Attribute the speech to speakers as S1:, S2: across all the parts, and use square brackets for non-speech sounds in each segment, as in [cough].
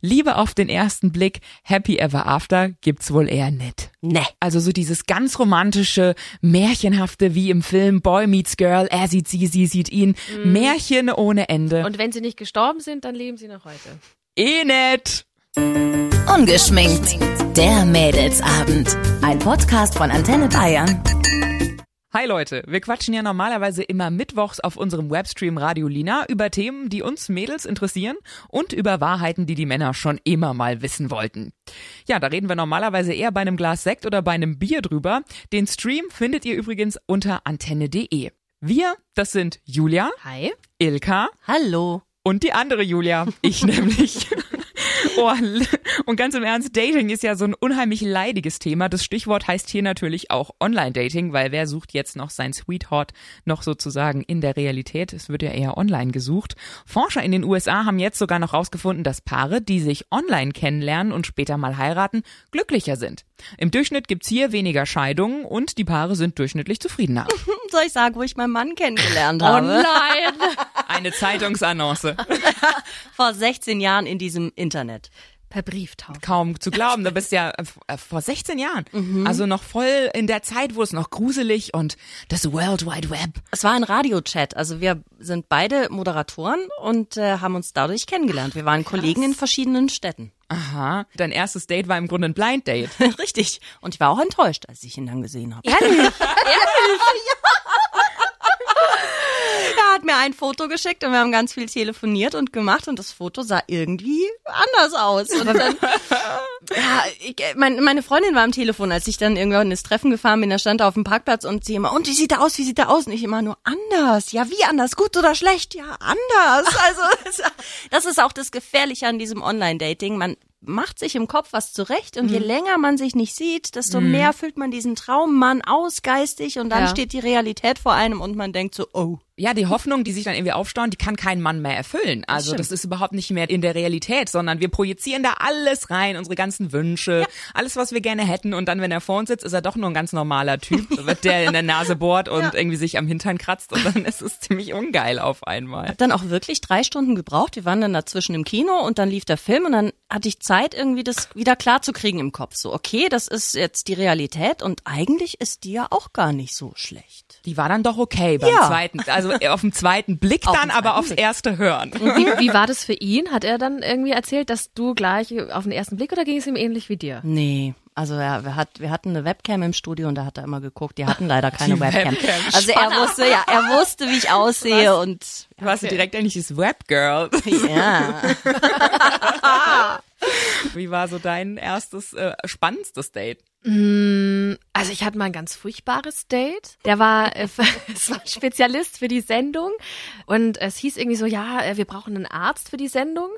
S1: Liebe auf den ersten Blick, Happy Ever After gibt's wohl eher nicht.
S2: Ne.
S1: Also so dieses ganz romantische, märchenhafte, wie im Film Boy Meets Girl, er sieht sie, sie sieht ihn, Märchen ohne Ende.
S2: Und wenn sie nicht gestorben sind, dann leben sie noch heute.
S1: eh nicht.
S3: Ungeschminkt. Der Mädelsabend. Ein Podcast von Antenne Bayern.
S1: Hi Leute, wir quatschen ja normalerweise immer mittwochs auf unserem Webstream Radio Lina über Themen, die uns Mädels interessieren und über Wahrheiten, die die Männer schon immer mal wissen wollten. Ja, da reden wir normalerweise eher bei einem Glas Sekt oder bei einem Bier drüber. Den Stream findet ihr übrigens unter antenne.de. Wir, das sind Julia,
S2: Hi.
S1: Ilka
S3: Hallo.
S1: und die andere Julia, ich [laughs] nämlich. Oh, l- und ganz im Ernst, Dating ist ja so ein unheimlich leidiges Thema. Das Stichwort heißt hier natürlich auch Online-Dating, weil wer sucht jetzt noch sein Sweetheart noch sozusagen in der Realität? Es wird ja eher online gesucht. Forscher in den USA haben jetzt sogar noch rausgefunden, dass Paare, die sich online kennenlernen und später mal heiraten, glücklicher sind. Im Durchschnitt gibt's hier weniger Scheidungen und die Paare sind durchschnittlich zufriedener.
S3: Soll ich sagen, wo ich meinen Mann kennengelernt habe?
S2: Oh [laughs] nein.
S1: Eine Zeitungsannonce.
S3: Vor 16 Jahren in diesem Internet.
S2: Per Brieftaube.
S1: kaum zu glauben. Du bist ja äh, f- äh, vor 16 Jahren. Also noch voll in der Zeit, wo es noch gruselig und das World Wide Web.
S3: Es war ein Radiochat. Also wir sind beide Moderatoren und äh, haben uns dadurch kennengelernt. Wir waren Kollegen in verschiedenen Städten. [laughs]
S1: Aha. Dein erstes Date war im Grunde ein Blind Date.
S3: Richtig. Und ich war auch enttäuscht, als ich ihn dann gesehen habe.
S2: Ehrlich? Ehrlich?
S3: Er hat mir ein Foto geschickt und wir haben ganz viel telefoniert und gemacht und das Foto sah irgendwie anders aus. Und dann, ja, ich, äh, mein, meine Freundin war am Telefon, als ich dann irgendwann ins Treffen gefahren bin, da stand er auf dem Parkplatz und sie immer, und wie sieht er aus, wie sieht er aus? Und ich immer nur anders. Ja, wie anders? Gut oder schlecht? Ja, anders. Also es- das ist auch das Gefährliche an diesem Online-Dating. Man macht sich im Kopf was zurecht und je länger man sich nicht sieht, desto mehr füllt man diesen Traummann aus geistig und dann
S2: Ja.
S3: steht die Realität vor einem und man denkt so, oh.
S1: Ja, die Hoffnung, die sich dann irgendwie aufstauen, die kann kein Mann mehr erfüllen. Also das, ist überhaupt nicht mehr in der Realität, sondern wir projizieren da alles rein, unsere ganzen Wünsche, alles, was wir gerne hätten. Und dann, wenn er vor uns sitzt, ist er doch nur ein ganz normaler Typ, der in der Nase bohrt und irgendwie sich am Hintern kratzt. Und dann ist es ziemlich ungeil auf einmal.
S3: dann auch wirklich drei Stunden gebraucht. Wir waren dann dazwischen im Kino und dann lief der Film und dann hatte ich Zeit, irgendwie das wieder klar zu kriegen im Kopf. So, okay, das ist jetzt die Realität und eigentlich ist die ja auch gar nicht so schlecht.
S1: Die war dann doch okay beim
S3: Ja.
S1: zweiten, also auf dem zweiten Blick
S3: [laughs] Auf
S1: dann,
S3: dem
S1: aber
S3: zweiten
S1: aufs
S3: Blick.
S1: erste
S3: [laughs]
S1: Hören.
S2: Wie, wie war das für ihn? Hat er dann irgendwie erzählt, dass du gleich auf den ersten Blick oder ging es ihm ähnlich wie dir?
S3: Nee. Also ja, wir, hat, wir hatten eine Webcam im Studio und da hat er immer geguckt. Die hatten
S2: [laughs]
S3: leider keine Webcam.
S1: Webcam.
S3: Also er wusste, ja, er wusste, wie ich aussehe und
S1: Du warst direkt eigentlich das Webgirl. [laughs]
S3: ja.
S1: Wie war so dein erstes, äh, spannendstes Date?
S2: Also ich hatte mal ein ganz furchtbares Date. Der war, äh, [laughs] es war Spezialist für die Sendung und es hieß irgendwie so, ja, äh, wir brauchen einen Arzt für die Sendung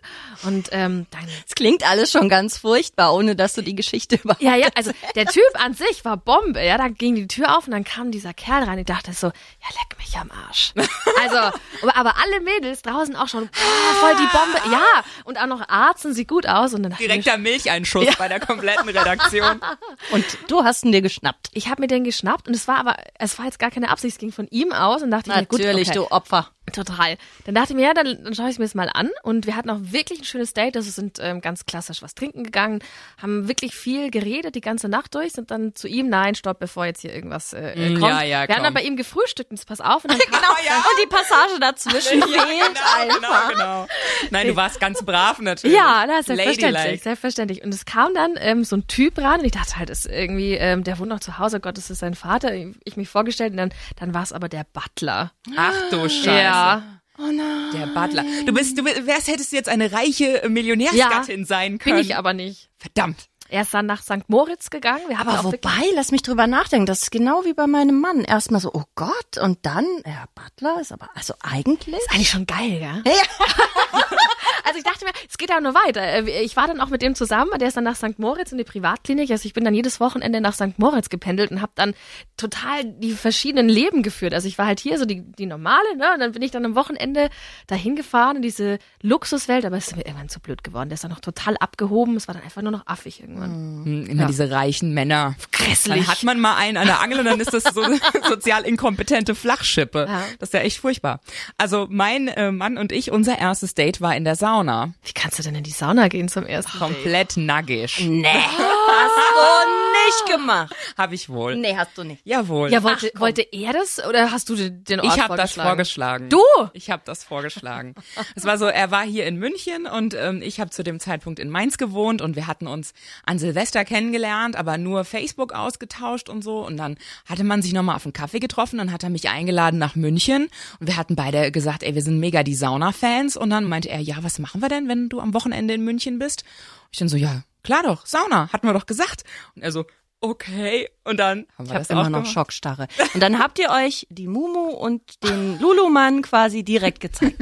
S2: und ähm, dann
S3: Es klingt alles schon ganz furchtbar, ohne dass du die Geschichte [laughs] überhaupt.
S2: Ja, ja, also der Typ an sich war Bombe. Ja, da ging die Tür auf und dann kam dieser Kerl rein. Ich dachte so, ja, leck mich am Arsch. Also, aber- aber alle Mädels draußen auch schon, ah, voll die Bombe. Ja, und auch noch Arzen sieht gut aus. Und dann dachte ich, mir,
S1: Direkter Milcheinschuss bei der kompletten Redaktion.
S3: Und du hast ihn dir geschnappt.
S2: ich habe mir den geschnappt und es war aber, es war jetzt gar keine Absicht, es ging von ihm aus und dachte ich mir, gut,
S3: Natürlich,
S2: okay.
S3: du Opfer.
S2: Total. Dann dachte ich mir, ja, dann, dann schaue ich mir das mal an. Und wir hatten auch wirklich ein schönes Date. Also sind ähm, ganz klassisch was trinken gegangen, haben wirklich viel geredet die ganze Nacht durch, sind dann zu ihm, nein, stopp, bevor jetzt hier irgendwas äh, äh,
S1: Mm,
S2: kommt.
S1: ja, ja,
S2: wir haben
S1: komm. Genau,
S2: dann bei ihm gefrühstückt und es pass auf.
S1: [laughs]
S2: Und dann kam,
S1: ja.
S3: Und [laughs] die Passage dazwischen fehlt einfach.
S1: genau, genau. Nein, du warst ganz brav natürlich.
S2: ja, na, selbstverständlich,
S1: Ladylike.
S2: selbstverständlich. Und es kam dann ähm, so ein Typ ran und ich dachte halt, ist irgendwie, ähm, der wohnt noch zu Hause, Gott, das ist sein Vater. Ich mich vorgestellt und dann, dann war es aber der Butler.
S1: Ach du Scheiße.
S2: Ja,
S1: Der Butler. Du bist, du bist, wärst, hättest du jetzt eine reiche Millionärsgattin sein können.
S2: bin ich aber nicht.
S1: Verdammt.
S2: Er ist dann nach St. Moritz gegangen. Wir haben
S3: Aber
S2: auch wirklich-
S3: wobei, lass mich drüber nachdenken, das ist genau wie bei meinem Mann. Erstmal so, oh Gott, und dann, ja, Butler ist aber, also eigentlich.
S2: Eigentlich schon geil, ja? ja. [laughs] also ich dachte mir, es geht ja nur weiter. Äh, Ich war dann auch mit dem zusammen, der ist dann nach St. Moritz in die Privatklinik. Also ich bin dann jedes Wochenende nach St. Moritz gependelt und habe dann total die verschiedenen Leben geführt. Also ich war halt hier so die, die normale, ne? Und dann bin ich dann am Wochenende dahin gefahren in diese Luxuswelt, aber es ist mir irgendwann zu blöd geworden. Der ist dann noch total abgehoben. Es war dann einfach nur noch affig irgendwann. irgendwann.
S1: Hm, Immer diese reichen Männer.
S2: Grässlich.
S1: Dann hat man mal einen an der Angel und dann ist das
S2: [laughs]
S1: so eine sozial inkompetente Flachschippe.
S2: Ja.
S1: Das ist ja echt furchtbar. Also mein äh, Mann und ich, unser erstes Date war in der Sauna.
S2: Wie kannst du denn in die Sauna gehen zum ersten Date?
S1: Komplett nackig.
S3: [laughs] Nee, hast du nicht gemacht.
S1: Habe ich wohl.
S3: Nee, hast du nicht.
S1: Jawohl.
S2: Ja, wollte, wollte er das oder hast du den den Ort
S1: ich habe das
S2: vorgeschlagen?
S1: vorgeschlagen.
S2: Du?
S1: Ich habe das vorgeschlagen. es war so, er war hier in München und ähm, ich habe zu dem Zeitpunkt in Mainz gewohnt und wir hatten uns an Silvester kennengelernt, aber nur Facebook ausgetauscht und so. Und dann hatte man sich nochmal auf einen Kaffee getroffen und hat er mich eingeladen nach München. Und wir hatten beide gesagt, ey, wir sind mega die Sauna-Fans. Und dann meinte er, ja, was machen wir denn, wenn du am Wochenende in München bist? Und ich dann so, ja, klar doch, Sauna, hatten wir doch gesagt. Und er so, okay. Und dann haben wir
S3: Ich habe
S1: das auch
S3: immer noch
S1: gemacht.
S3: Schockstarre. Und dann habt ihr euch die Mumu und [laughs] den Lulumann quasi direkt gezeigt.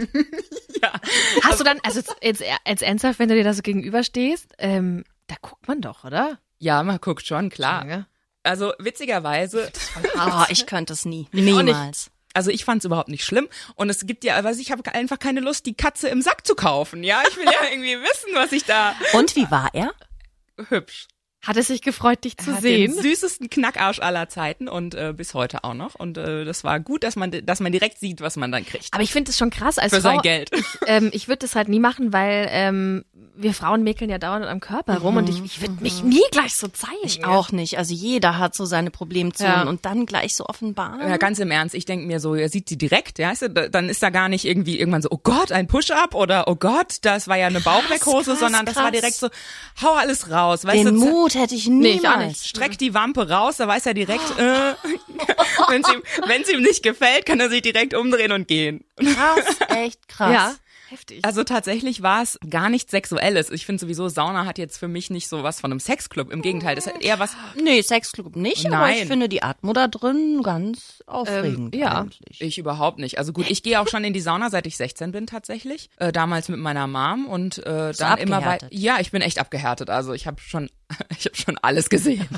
S2: Hast du dann, also jetzt, jetzt, jetzt ernsthaft, wenn du dir da so gegenüber stehst, ähm, da guckt man doch, oder?
S1: Ja, man guckt schon, klar.
S2: Lange.
S1: Also [laughs] witzigerweise,
S3: Ah, ich könnte es nie.
S2: auch nicht.
S3: Niemals.
S1: also ich fand es überhaupt nicht schlimm und es gibt ja, also ich habe einfach keine Lust, die Katze im Sack zu kaufen. Ja, ich will
S3: [laughs]
S1: ja irgendwie wissen, was ich da
S3: Und wie war er?
S1: hübsch
S2: Hat es sich gefreut, dich zu
S1: Hat
S2: sehen?
S1: Den süßesten Knackarsch aller Zeiten und äh, bis heute auch noch. Und äh, das war gut, dass man, dass man direkt sieht, was man dann kriegt
S2: Aber ich finde es schon krass als
S1: für
S2: Frau.
S1: sein Geld.
S2: Ähm, ich würde das halt nie machen, weil ähm, wir Frauen mäkeln ja dauernd am Körper rum und ich, ich
S1: Mhm.
S2: würde mich nie gleich so zeigen.
S3: Ich auch nicht. Also jeder hat so seine Problemzonen
S2: Ja.
S3: und dann gleich so offenbaren.
S1: Ja, ganz im Ernst, ich denke mir so, er sieht sie direkt, ja, weißt du, da- dann ist da gar nicht irgendwie irgendwann so, oh Gott, ein Push-Up oder oh Gott, das war ja eine Bauchweckhose,
S3: krass,
S1: sondern das war
S3: krass.
S1: direkt so, hau alles raus, weißt
S3: den
S1: du,
S3: Mut hätte ich
S2: Nee, ich auch
S3: niemals.
S1: streckt die Wampe raus, da weiß er direkt, äh, [laughs] wenn es ihm, wenn's ihm nicht gefällt, kann er sich direkt umdrehen und gehen.
S3: krass, [laughs] echt krass.
S2: Ja, heftig.
S1: Also tatsächlich war es gar nichts Sexuelles. Ich finde sowieso, Sauna hat jetzt für mich nicht so was von einem Sexclub. Im Gegenteil, das hat eher was,
S3: Nee, Sexclub nicht, aber ich
S1: Nein. Ähm,
S3: finde die Atmo da drin ganz aufregend
S2: ja.
S3: eigentlich.
S1: ich überhaupt nicht. Also gut, ich gehe auch schon in die Sauna, seit ich 16 bin tatsächlich. Äh, damals mit meiner Mom und äh, dann immer weiter.
S3: abgehärtet?
S1: Ja, ich bin echt abgehärtet. Also ich habe schon, [laughs] ich habe schon alles gesehen.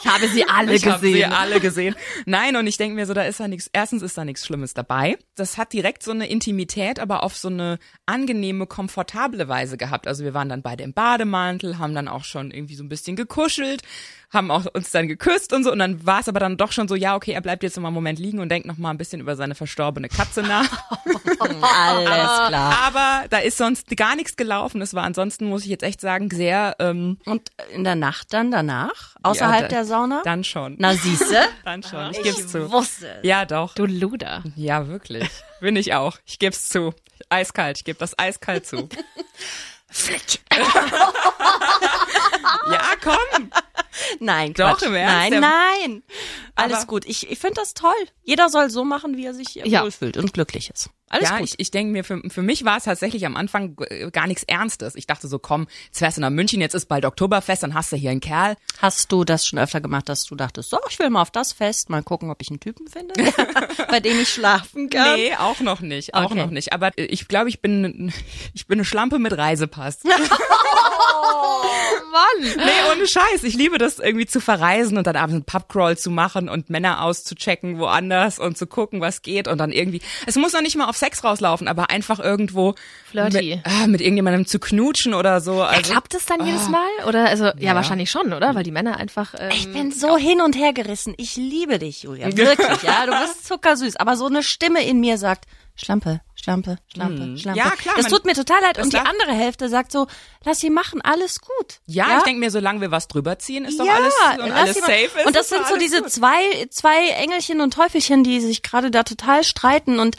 S2: Ich habe sie alle
S1: Ich habe sie
S2: gesehen.
S1: alle
S2: [laughs]
S1: gesehen. Nein, und ich denke mir so, da ist ja nichts. Erstens ist da nichts Schlimmes dabei. Das hat direkt so eine Intimität, aber auf so eine angenehme, komfortable Weise gehabt. Also wir waren dann beide im Bademantel, haben dann auch schon irgendwie so ein bisschen gekuschelt, haben auch uns dann geküsst und so. Und dann war es aber dann doch schon so, ja, okay, er bleibt jetzt noch mal einen Moment liegen und denkt noch mal ein bisschen über seine verstorbene Katze nach.
S3: [laughs] Alles klar.
S1: aber da ist sonst gar nichts gelaufen. Es war ansonsten, muss ich jetzt echt sagen, sehr ähm,
S3: Und in der Nacht dann danach, außerhalb
S1: ja, da-
S3: der Sauna?
S1: Dann schon. [laughs]
S3: Na siehste,
S1: dann schon. Ich geb's zu.
S3: wusste.
S1: Ja, doch.
S2: Du Luder.
S1: Ja, wirklich. Äh, [laughs] Bin ich auch. Ich geb's zu. Eiskalt. Ich geb das eiskalt [laughs] zu.
S3: Flick.
S1: [laughs] Ja, komm.
S3: Nein,
S1: Doch,
S3: Quatsch.
S1: im Ernst,
S3: Nein,
S1: der-
S3: nein. Alles
S1: Aber-
S3: gut. Ich, ich finde das toll. Jeder soll so machen, wie er sich
S2: Ja.
S3: wohlfühlt und glücklich ist. Alles
S1: ja,
S3: gut.
S1: ich, ich denke mir, für, für mich war es tatsächlich am Anfang äh, gar nichts Ernstes. Ich dachte so, komm, jetzt fährst du nach München, jetzt ist bald Oktoberfest, dann hast du hier einen Kerl.
S3: Hast du das schon öfter gemacht, dass du dachtest, so, ich will mal auf das Fest, mal gucken, ob ich einen Typen
S1: [laughs]
S3: finde, bei dem ich schlafen kann?
S1: Nee, auch noch nicht, auch
S3: Okay.
S1: noch nicht. Aber äh, ich glaube, ich bin, ich bin eine Schlampe mit Reisepass. Oh,
S2: Mann. [laughs]
S1: Nee, ohne Scheiß. Ich liebe das irgendwie zu verreisen und dann abends einen Pubcrawl zu machen und Männer auszuchecken woanders und zu gucken, was geht und dann irgendwie. Es muss noch nicht mal auf Sex rauslaufen, aber einfach irgendwo
S2: Flirty.
S1: Mit, äh, mit irgendjemandem zu knutschen oder so. Also,
S2: Klappt es dann jedes Mal? Oder also ja, wahrscheinlich schon, oder? Weil die Männer einfach. Ähm,
S3: Ich bin so hin und her gerissen. Ich liebe dich,
S1: [laughs]
S3: Julia. Wirklich, ja. Du bist zuckersüß. Aber so eine Stimme in mir sagt, Schlampe, Schlampe, Schlampe, Schlampe.
S1: Mhm. Ja, klar,
S3: Das
S1: man-
S3: tut mir total leid.
S1: das
S3: Und die
S1: darf-
S3: andere Hälfte sagt so, lass sie machen, alles gut.
S1: ja, ich denke mir, solange wir was drüber ziehen, ist doch
S3: Ja,
S1: alles, und
S3: lass
S1: alles
S3: sie mal-
S1: safe. Ist,
S3: Und das
S1: ist
S3: sind
S1: doch
S3: so
S1: alles
S3: diese
S1: gut.
S3: zwei, zwei Engelchen und Teufelchen, die sich gerade da total streiten und,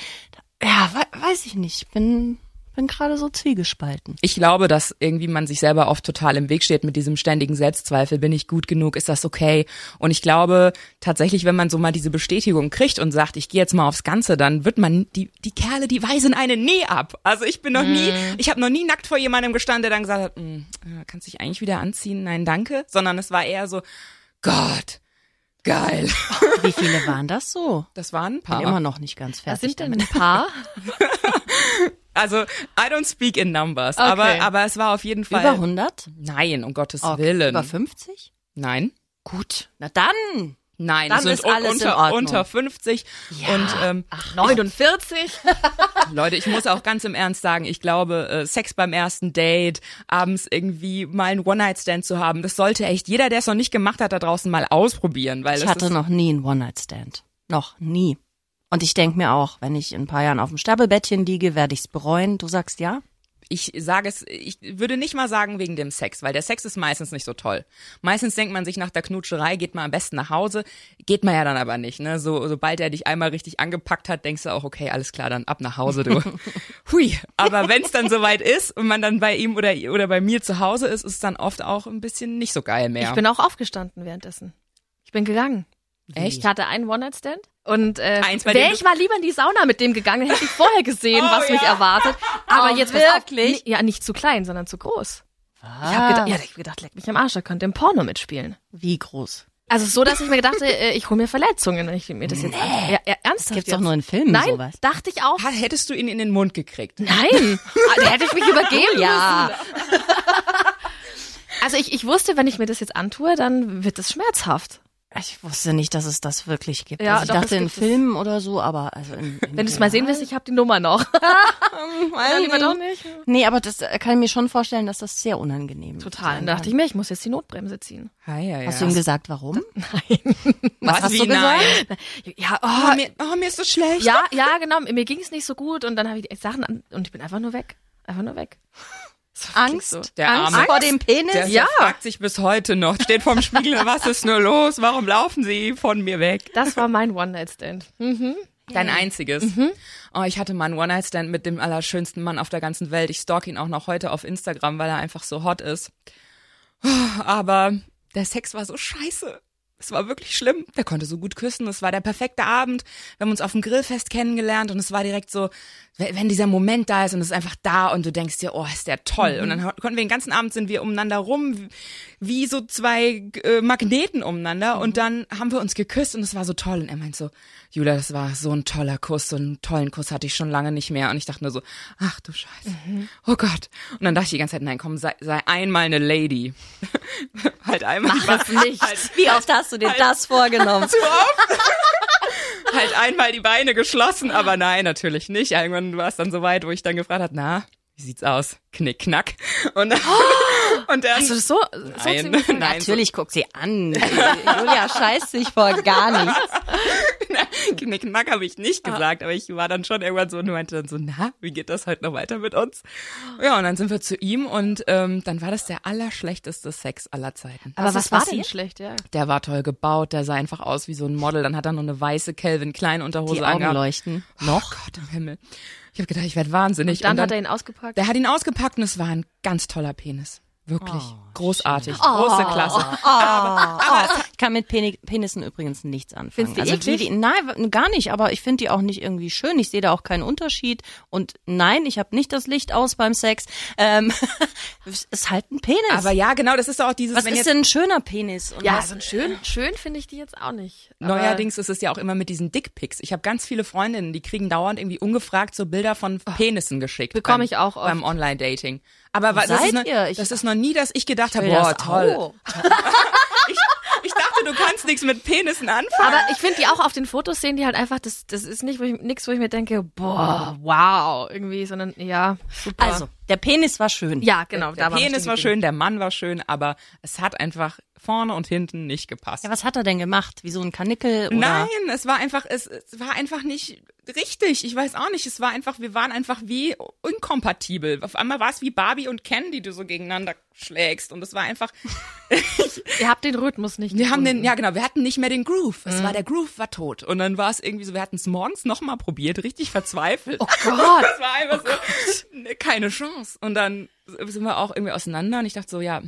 S3: ja, we weiß ich nicht. Ich Bin, bin gerade so zwiegespalten.
S1: [laughs] Ich glaube, dass irgendwie man sich selber oft total im Weg steht mit diesem ständigen Selbstzweifel. Bin ich gut genug? Ist das okay? Und ich glaube tatsächlich, wenn man so mal diese Bestätigung kriegt und sagt, ich gehe jetzt mal aufs Ganze, dann wird man die die Kerle, die weisen einen nie ab. Also ich bin noch nie,
S3: Mhm.
S1: ich habe noch nie nackt vor jemandem gestanden, der dann gesagt hat, "Mm, äh, kannst dich eigentlich wieder anziehen? Nein, danke. Sondern es war eher so, Gott, geil.
S3: Wie viele waren das so?
S1: Das waren ein
S3: Bin immer
S1: paar.
S3: noch nicht ganz
S2: was
S3: fertig.
S2: sind denn
S3: damit.
S1: [laughs]
S2: ein paar?
S1: Also I don't speak in numbers,
S2: Okay.
S1: aber aber es war auf jeden Fall
S3: Über 100?
S1: Nein, um Gottes
S3: Okay.
S1: Willen.
S3: Über 50?
S1: Nein.
S3: Gut, na dann.
S1: Nein,
S3: Dann
S1: es sind
S3: ist
S1: un-
S3: alles in
S1: unter,
S3: Ordnung.
S1: unter 50. Und ähm,
S2: Ach, 49?
S1: Leute, ich muss auch ganz im Ernst sagen, ich glaube, äh, Sex beim ersten Date, abends irgendwie mal einen One-Night-Stand zu haben, das sollte echt jeder, der es noch nicht gemacht hat, da draußen mal ausprobieren. Weil
S3: Ich
S1: das
S3: hatte
S1: ist,
S3: noch nie einen One-Night-Stand. Noch nie. Und ich denke mir auch, wenn ich in ein paar Jahren auf dem Sterbebettchen liege, werde ich es bereuen. Du sagst ja?
S1: ich sage es, ich würde nicht mal sagen wegen dem Sex, weil der Sex ist meistens nicht so toll. Meistens denkt man sich nach der Knutscherei, geht man am besten nach Hause, geht man ja dann aber nicht. Ne? So, sobald er dich einmal richtig angepackt hat, denkst du auch, okay, alles klar, dann ab nach Hause,
S2: [laughs]
S1: du. Hui. Aber wenn es dann soweit ist und man dann bei ihm oder, oder bei mir zu Hause ist, ist es dann oft auch ein bisschen nicht so geil mehr.
S2: Ich bin auch aufgestanden währenddessen. Ich bin gegangen.
S1: Echt?
S2: Ich hatte einen One-Night-Stand und äh,
S1: Eins, bei dem
S2: wäre
S1: du-
S2: ich mal lieber in die Sauna mit dem gegangen, dann hätte ich vorher
S3: [laughs]
S2: gesehen,
S1: Oh,
S2: was mich
S1: ja.
S2: erwartet. Aber
S3: Oh,
S2: jetzt pass auf,
S3: wirklich?
S2: ni- ja, nicht zu klein, sondern zu groß.
S3: Was?
S2: Ich habe
S1: Ah.
S2: gedacht, ja, ich hab gedacht, leck mich am Arsch, da könnte im Porno mitspielen.
S3: Wie groß?
S2: Also so, dass ich mir gedacht habe, äh, ich hole mir Verletzungen, wenn ich mir das jetzt an. Ja, ja,
S3: Gibt's
S2: ernsthaft. jetzt.
S3: doch nur in Filmen
S2: Nein,
S3: sowas.
S2: dachte ich auch.
S1: Ha- Ah, Hättest du ihn in den Mund
S2: Hm.
S1: gekriegt?
S3: [laughs]
S2: Nein, Ah, da hätte ich mich übergeben. Ja. [laughs] Also ich, ich wusste, wenn ich mir das jetzt antue, dann wird es schmerzhaft.
S3: Ich wusste nicht, dass es das wirklich gibt.
S2: Ja,
S3: also ich
S2: doch,
S3: dachte
S2: es
S3: in
S2: gibt es.
S3: Filmen oder so, aber also in, in
S2: Wenn du es mal sehen willst, ich habe die Nummer [laughs] noch.
S3: Nein,
S2: lieber doch Ah, nicht.
S3: Nee, aber das äh, kann ich mir schon vorstellen, dass das sehr unangenehm ist.
S2: Total. ne? Dann dachte ich mir, ich muss jetzt die Notbremse ziehen.
S1: Hi, Ah, ja, ja.
S3: Hast du ihm gesagt, warum?
S1: was,
S3: hast
S1: wie
S3: du gesagt?
S1: Nein?
S2: [laughs] Ja,
S1: Oh,
S2: oh,
S1: mir, oh, mir ist so
S2: [laughs]
S1: schlecht.
S2: ja, ja, genau. Mir ging es nicht so gut und dann habe ich die Sachen an und ich bin einfach nur weg. Einfach nur weg.
S3: Angst?
S2: so.
S1: Der
S3: Angst
S1: arme-
S3: vor dem Penis?
S1: Der
S2: Ja.
S1: fragt sich bis heute noch, steht vorm
S3: [laughs]
S1: Spiegel, was ist nur los? Warum laufen sie von mir weg?
S2: Das war mein [laughs] One-Night-Stand.
S1: Dein einziges.
S3: Mhm.
S1: Oh, ich hatte mal einen One-Night-Stand mit dem allerschönsten Mann auf der ganzen Welt. Ich stalk ihn auch noch heute auf Instagram, weil er einfach so hot ist. Aber der Sex war so scheiße. Es war wirklich schlimm. Der konnte so gut küssen. Es war der perfekte Abend. Wir haben uns auf dem Grillfest kennengelernt und es war direkt so, we- wenn dieser Moment da ist und es ist einfach da und du denkst dir, oh, ist der toll. Und dann ho- konnten wir den ganzen Abend sind wir umeinander rum, wie- wie so zwei äh, Magneten umeinander. Und dann haben wir uns geküsst und es war so toll. Und er meint so, Julia, das war so ein toller Kuss. So einen tollen Kuss hatte ich schon lange nicht mehr. Und ich dachte nur so, ach du Scheiße. Oh Gott. Und dann dachte ich die ganze Zeit, nein, komm, sei, sei einmal eine Lady. halt einmal.
S2: Mach es nicht.
S3: Wie oft hast du dir das vorgenommen?
S2: [laughs]
S1: halt einmal die Beine geschlossen, aber nein, natürlich nicht. Irgendwann war es dann so weit, wo ich dann gefragt habe, na, wie sieht's aus? Knick, knack. Und, [laughs]
S2: Oh!
S1: und dann,
S2: Hast du das so? so zu
S1: nein,
S2: mir gesagt?
S1: nein,
S3: Natürlich guck sie an. Julia scheißt sich vor gar nichts.
S1: so, [laughs] knick, knack habe ich nicht
S2: Ah.
S1: gesagt, aber ich war dann schon irgendwann so und meinte dann so, na, wie geht das heute noch weiter mit uns? Ja, und dann sind wir zu ihm und ähm, dann war das der allerschlechteste Sex aller Zeiten.
S2: Aber was,
S3: Was ist
S2: war denn
S3: passiert?
S2: schlecht, ja?
S1: Der war toll gebaut, der sah einfach aus wie so ein Model. Dann hat er nur eine weiße Calvin Klein Unterhose
S3: Die Augen
S1: angehabt.
S3: leuchten.
S1: Noch? Oh Gott im Himmel. Ich habe gedacht, ich werde wahnsinnig.
S2: Dann,
S1: Und
S2: hat er ihn ausgepackt.
S1: Der hat ihn ausgepackt und es war ein ganz toller Penis. Wirklich. Großartig.
S3: Oh.
S1: Große Klasse.
S3: Ich kann mit Peni- Penissen übrigens nichts anfangen.
S2: Findest du
S3: die- die,
S2: eklig?
S3: nein, gar nicht, aber ich finde die auch nicht irgendwie schön. Ich sehe da auch keinen Unterschied. Und nein, ich habe nicht das Licht aus beim Sex. Ähm, [laughs] es ist halt ein Penis.
S1: Aber ja, genau, das ist doch auch dieses,
S3: was
S1: wenn
S3: ist
S1: jetzt,
S3: denn ein schöner Penis? Und
S2: ja,
S3: was-
S2: so ein schön, schön finde ich die jetzt auch nicht. Aber-
S1: neuerdings ist es ja auch immer mit diesen Dickpics. Ich habe ganz viele Freundinnen, die kriegen dauernd irgendwie ungefragt so Bilder von
S3: Oh.
S1: Penissen geschickt.
S2: Bekomm
S1: beim,
S2: ich auch oft.
S1: Beim Online-Dating. Aber wa- das
S3: seid
S1: ist, ne,
S3: ihr? Ich-
S1: das ist noch nie, dass ich gedacht habe,
S3: will
S1: boah,
S3: das
S1: toll.
S2: Oh.
S3: auch.
S1: Ich, ich dachte, du kannst nichts mit Penissen anfangen.
S2: Aber ich finde die auch auf den Fotos sehen die halt einfach, das, das ist nicht wo ich, nix, wo ich mir denke, boah, wow, irgendwie, sondern ja, super.
S3: Also, der Penis war schön.
S2: ja, genau,
S1: der
S2: da war
S1: Penis war schön, der Mann war schön, aber es hat einfach vorne und hinten nicht gepasst.
S3: Ja, was hat er denn gemacht? Wie so ein Kanickel? Oder?
S1: Nein, es war einfach, es, es war einfach nicht richtig. Ich weiß auch nicht. Es war einfach, wir waren einfach wie inkompatibel. Auf einmal war es wie Barbie und Ken, die du so gegeneinander schlägst. Und es war einfach,
S2: Ihr habt den Rhythmus nicht.
S1: wir haben den, ja genau, wir hatten nicht mehr den Groove. Es war der Groove war tot. Und dann war es irgendwie so, wir hatten es morgens nochmal probiert, richtig verzweifelt.
S2: Oh Gott.
S1: Es war einfach
S3: Oh
S1: so, ne, keine Chance. Und dann sind wir auch irgendwie auseinander und ich dachte so, ja,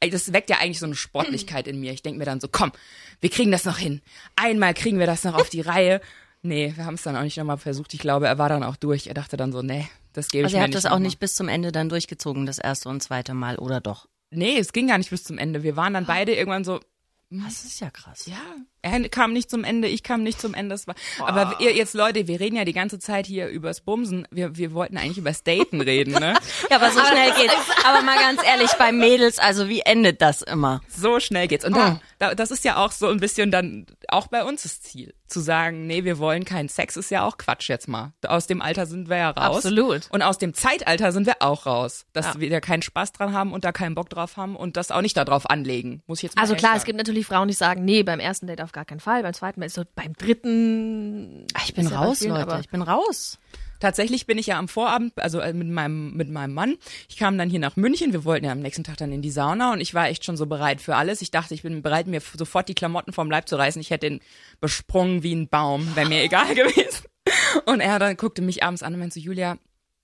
S1: ey, das weckt ja eigentlich so eine Sportlichkeit in mir. Ich denke mir dann so, komm, wir kriegen das noch hin. Einmal kriegen wir das noch
S3: [laughs]
S1: auf die Reihe. Nee, wir haben es dann auch nicht nochmal versucht. Ich glaube, er war dann auch durch. Er dachte dann so, nee, das gebe
S3: Also
S1: ich
S3: er
S1: mir
S3: hat
S1: nicht
S3: das auch
S1: nochmal.
S3: nicht bis zum Ende dann durchgezogen, das erste und zweite Mal, oder doch?
S1: Nee, es ging gar nicht bis zum Ende. Wir waren dann beide irgendwann so,
S3: Das ist Mhm. ja krass.
S1: ja, Er kam nicht zum Ende, ich kam nicht zum Ende. Es war, Aber ihr, jetzt Leute, wir reden ja die ganze Zeit hier übers Bumsen. Wir, wir wollten eigentlich übers Daten reden,
S3: [laughs]
S1: ne?
S3: Ja, aber so schnell geht's. Aber mal ganz ehrlich, bei Mädels, also wie endet das immer?
S1: So schnell geht's. Und
S2: Oh.
S1: da, da, das ist ja auch so ein bisschen dann auch bei uns das Ziel. Zu sagen, nee, wir wollen keinen Sex, ist ja auch Quatsch jetzt mal. Aus dem Alter sind wir ja raus.
S2: Absolut.
S1: Und aus dem Zeitalter sind wir auch raus. Dass wir da keinen Spaß dran haben und da keinen Bock drauf haben und das auch nicht darauf anlegen. Muss ich jetzt mal
S2: Also
S1: ehrlich
S2: klar,
S1: sagen.
S2: es gibt natürlich Frauen, die sagen, nee, beim ersten Date auf gar keinen Fall, beim zweiten Mal ist so, beim
S3: [laughs]
S2: dritten.
S3: Ich bin
S2: Ist ja bei
S3: raus,
S2: vielen,
S3: Leute.
S2: aber-
S3: Ich bin raus.
S1: Tatsächlich bin ich ja am Vorabend, also äh, mit meinem, mit meinem Mann. Ich kam dann hier nach München. Wir wollten ja am nächsten Tag dann in die Sauna und ich war echt schon so bereit für alles. Ich dachte, ich bin bereit, mir f- sofort die Klamotten vom Leib zu reißen. Ich hätte ihn besprungen wie ein Baum, wäre mir egal [laughs] gewesen. Und er dann guckte mich abends an und meinte so, Julia,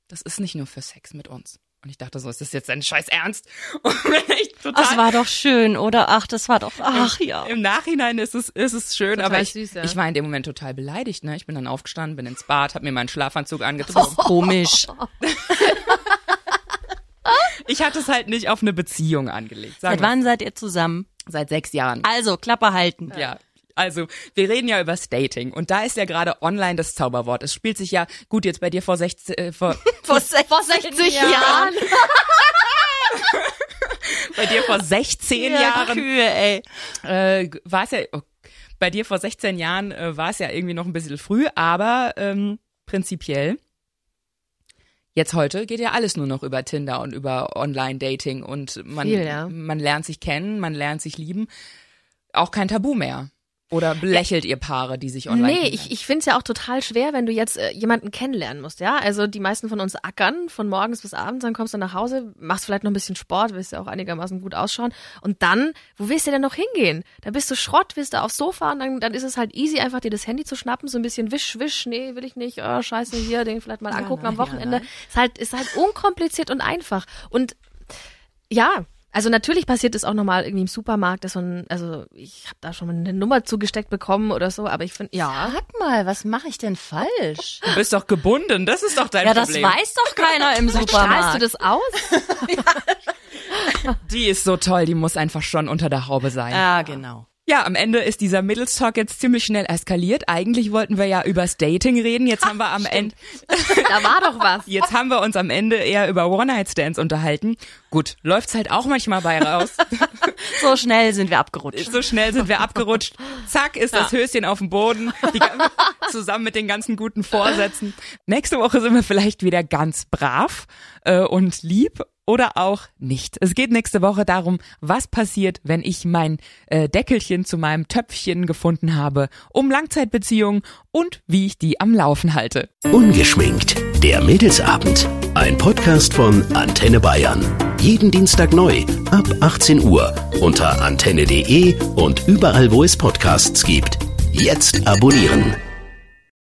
S1: das ist nicht nur für Sex mit uns. Und ich dachte so, ist das jetzt ein scheiß Ernst? [laughs] Und bin echt total
S3: Das war doch schön, oder? Ach, das war doch, ach ja.
S1: im Nachhinein ist es, ist es schön,
S2: Total
S1: aber ich,
S2: süß, ja.
S1: ich war in dem Moment total beleidigt. Ne? Ich bin dann aufgestanden, bin ins Bad, hab mir meinen Schlafanzug
S2: Oh.
S1: angezogen.
S3: [laughs] Komisch.
S1: Ich hatte es halt nicht auf eine Beziehung angelegt. Sagen
S3: Seit wann seid ihr zusammen?
S1: wir. Seit sechs Jahren.
S3: Also, Klappe halten.
S1: Ja. Also, wir reden ja über Dating und da ist ja gerade online das Zauberwort. Es spielt sich ja, gut, jetzt bei dir vor 16, äh, vor, [laughs]
S3: Vor 16,
S2: Vor 60 Jahren.
S1: bei dir vor 16
S3: Ja,
S1: Jahren
S3: Kühe, ey.
S1: äh, war es ja, oh, bei dir vor 16 Jahren äh, war es ja irgendwie noch ein bisschen früh, aber ähm, prinzipiell, jetzt heute geht ja alles nur noch über Tinder und über Online-Dating und man,
S2: Viel, ja.
S1: man lernt sich kennen, man lernt sich lieben. Auch kein Tabu mehr. Oder belächelt ihr Paare, die sich online
S2: Nee,
S1: kennenlernen?
S2: ich, ich finde es ja auch total schwer, wenn du jetzt äh, jemanden kennenlernen musst, ja? Also die meisten von uns ackern von morgens bis abends, dann kommst du nach Hause, machst vielleicht noch ein bisschen Sport, willst ja auch einigermaßen gut ausschauen und dann, wo willst du denn noch hingehen? Dann bist du Schrott, willst du aufs Sofa und dann, dann ist es halt easy, einfach dir das Handy zu schnappen, so ein bisschen wisch, wisch, nee, will ich nicht, oh, scheiße, hier, den vielleicht mal angucken am
S3: nein, ja,
S2: Wochenende.
S3: nein.
S2: ist halt, ist halt unkompliziert und einfach und ja, also natürlich passiert es auch nochmal irgendwie im Supermarkt, dass man, also ich habe da schon mal eine Nummer zugesteckt bekommen oder so, aber ich finde, ja.
S3: Sag mal, was mache ich denn falsch?
S1: Du bist doch gebunden, das ist doch dein
S3: Ja, das
S1: Problem.
S3: weiß doch keiner im
S2: Strahlst du
S3: Supermarkt.
S2: das aus?
S1: Die ist so toll, die muss einfach schon unter der Haube sein.
S3: Ja, genau.
S1: Ja, am Ende ist dieser Middles-Talk jetzt ziemlich schnell eskaliert. Eigentlich wollten wir ja übers Dating reden, jetzt haben wir am Ende...
S2: [laughs] Da war doch was.
S1: Jetzt haben wir uns am Ende eher über One-Night-Stands unterhalten. Gut, läuft's halt auch manchmal bei raus.
S3: So schnell sind wir abgerutscht.
S1: So schnell sind wir abgerutscht. Zack, ist das Höschen auf dem Boden. Die, zusammen mit den ganzen guten Vorsätzen. Nächste Woche sind wir vielleicht wieder ganz brav äh, und lieb oder auch nicht. Es geht nächste Woche darum, was passiert, wenn ich mein äh, Deckelchen zu meinem Töpfchen gefunden habe, um Langzeitbeziehungen und wie ich die am Laufen halte.
S4: Ungeschminkt. Der Mädelsabend. Ein Podcast von Antenne Bayern. Jeden Dienstag neu ab 18 Uhr unter antenne.de und überall, wo es Podcasts gibt. Jetzt abonnieren.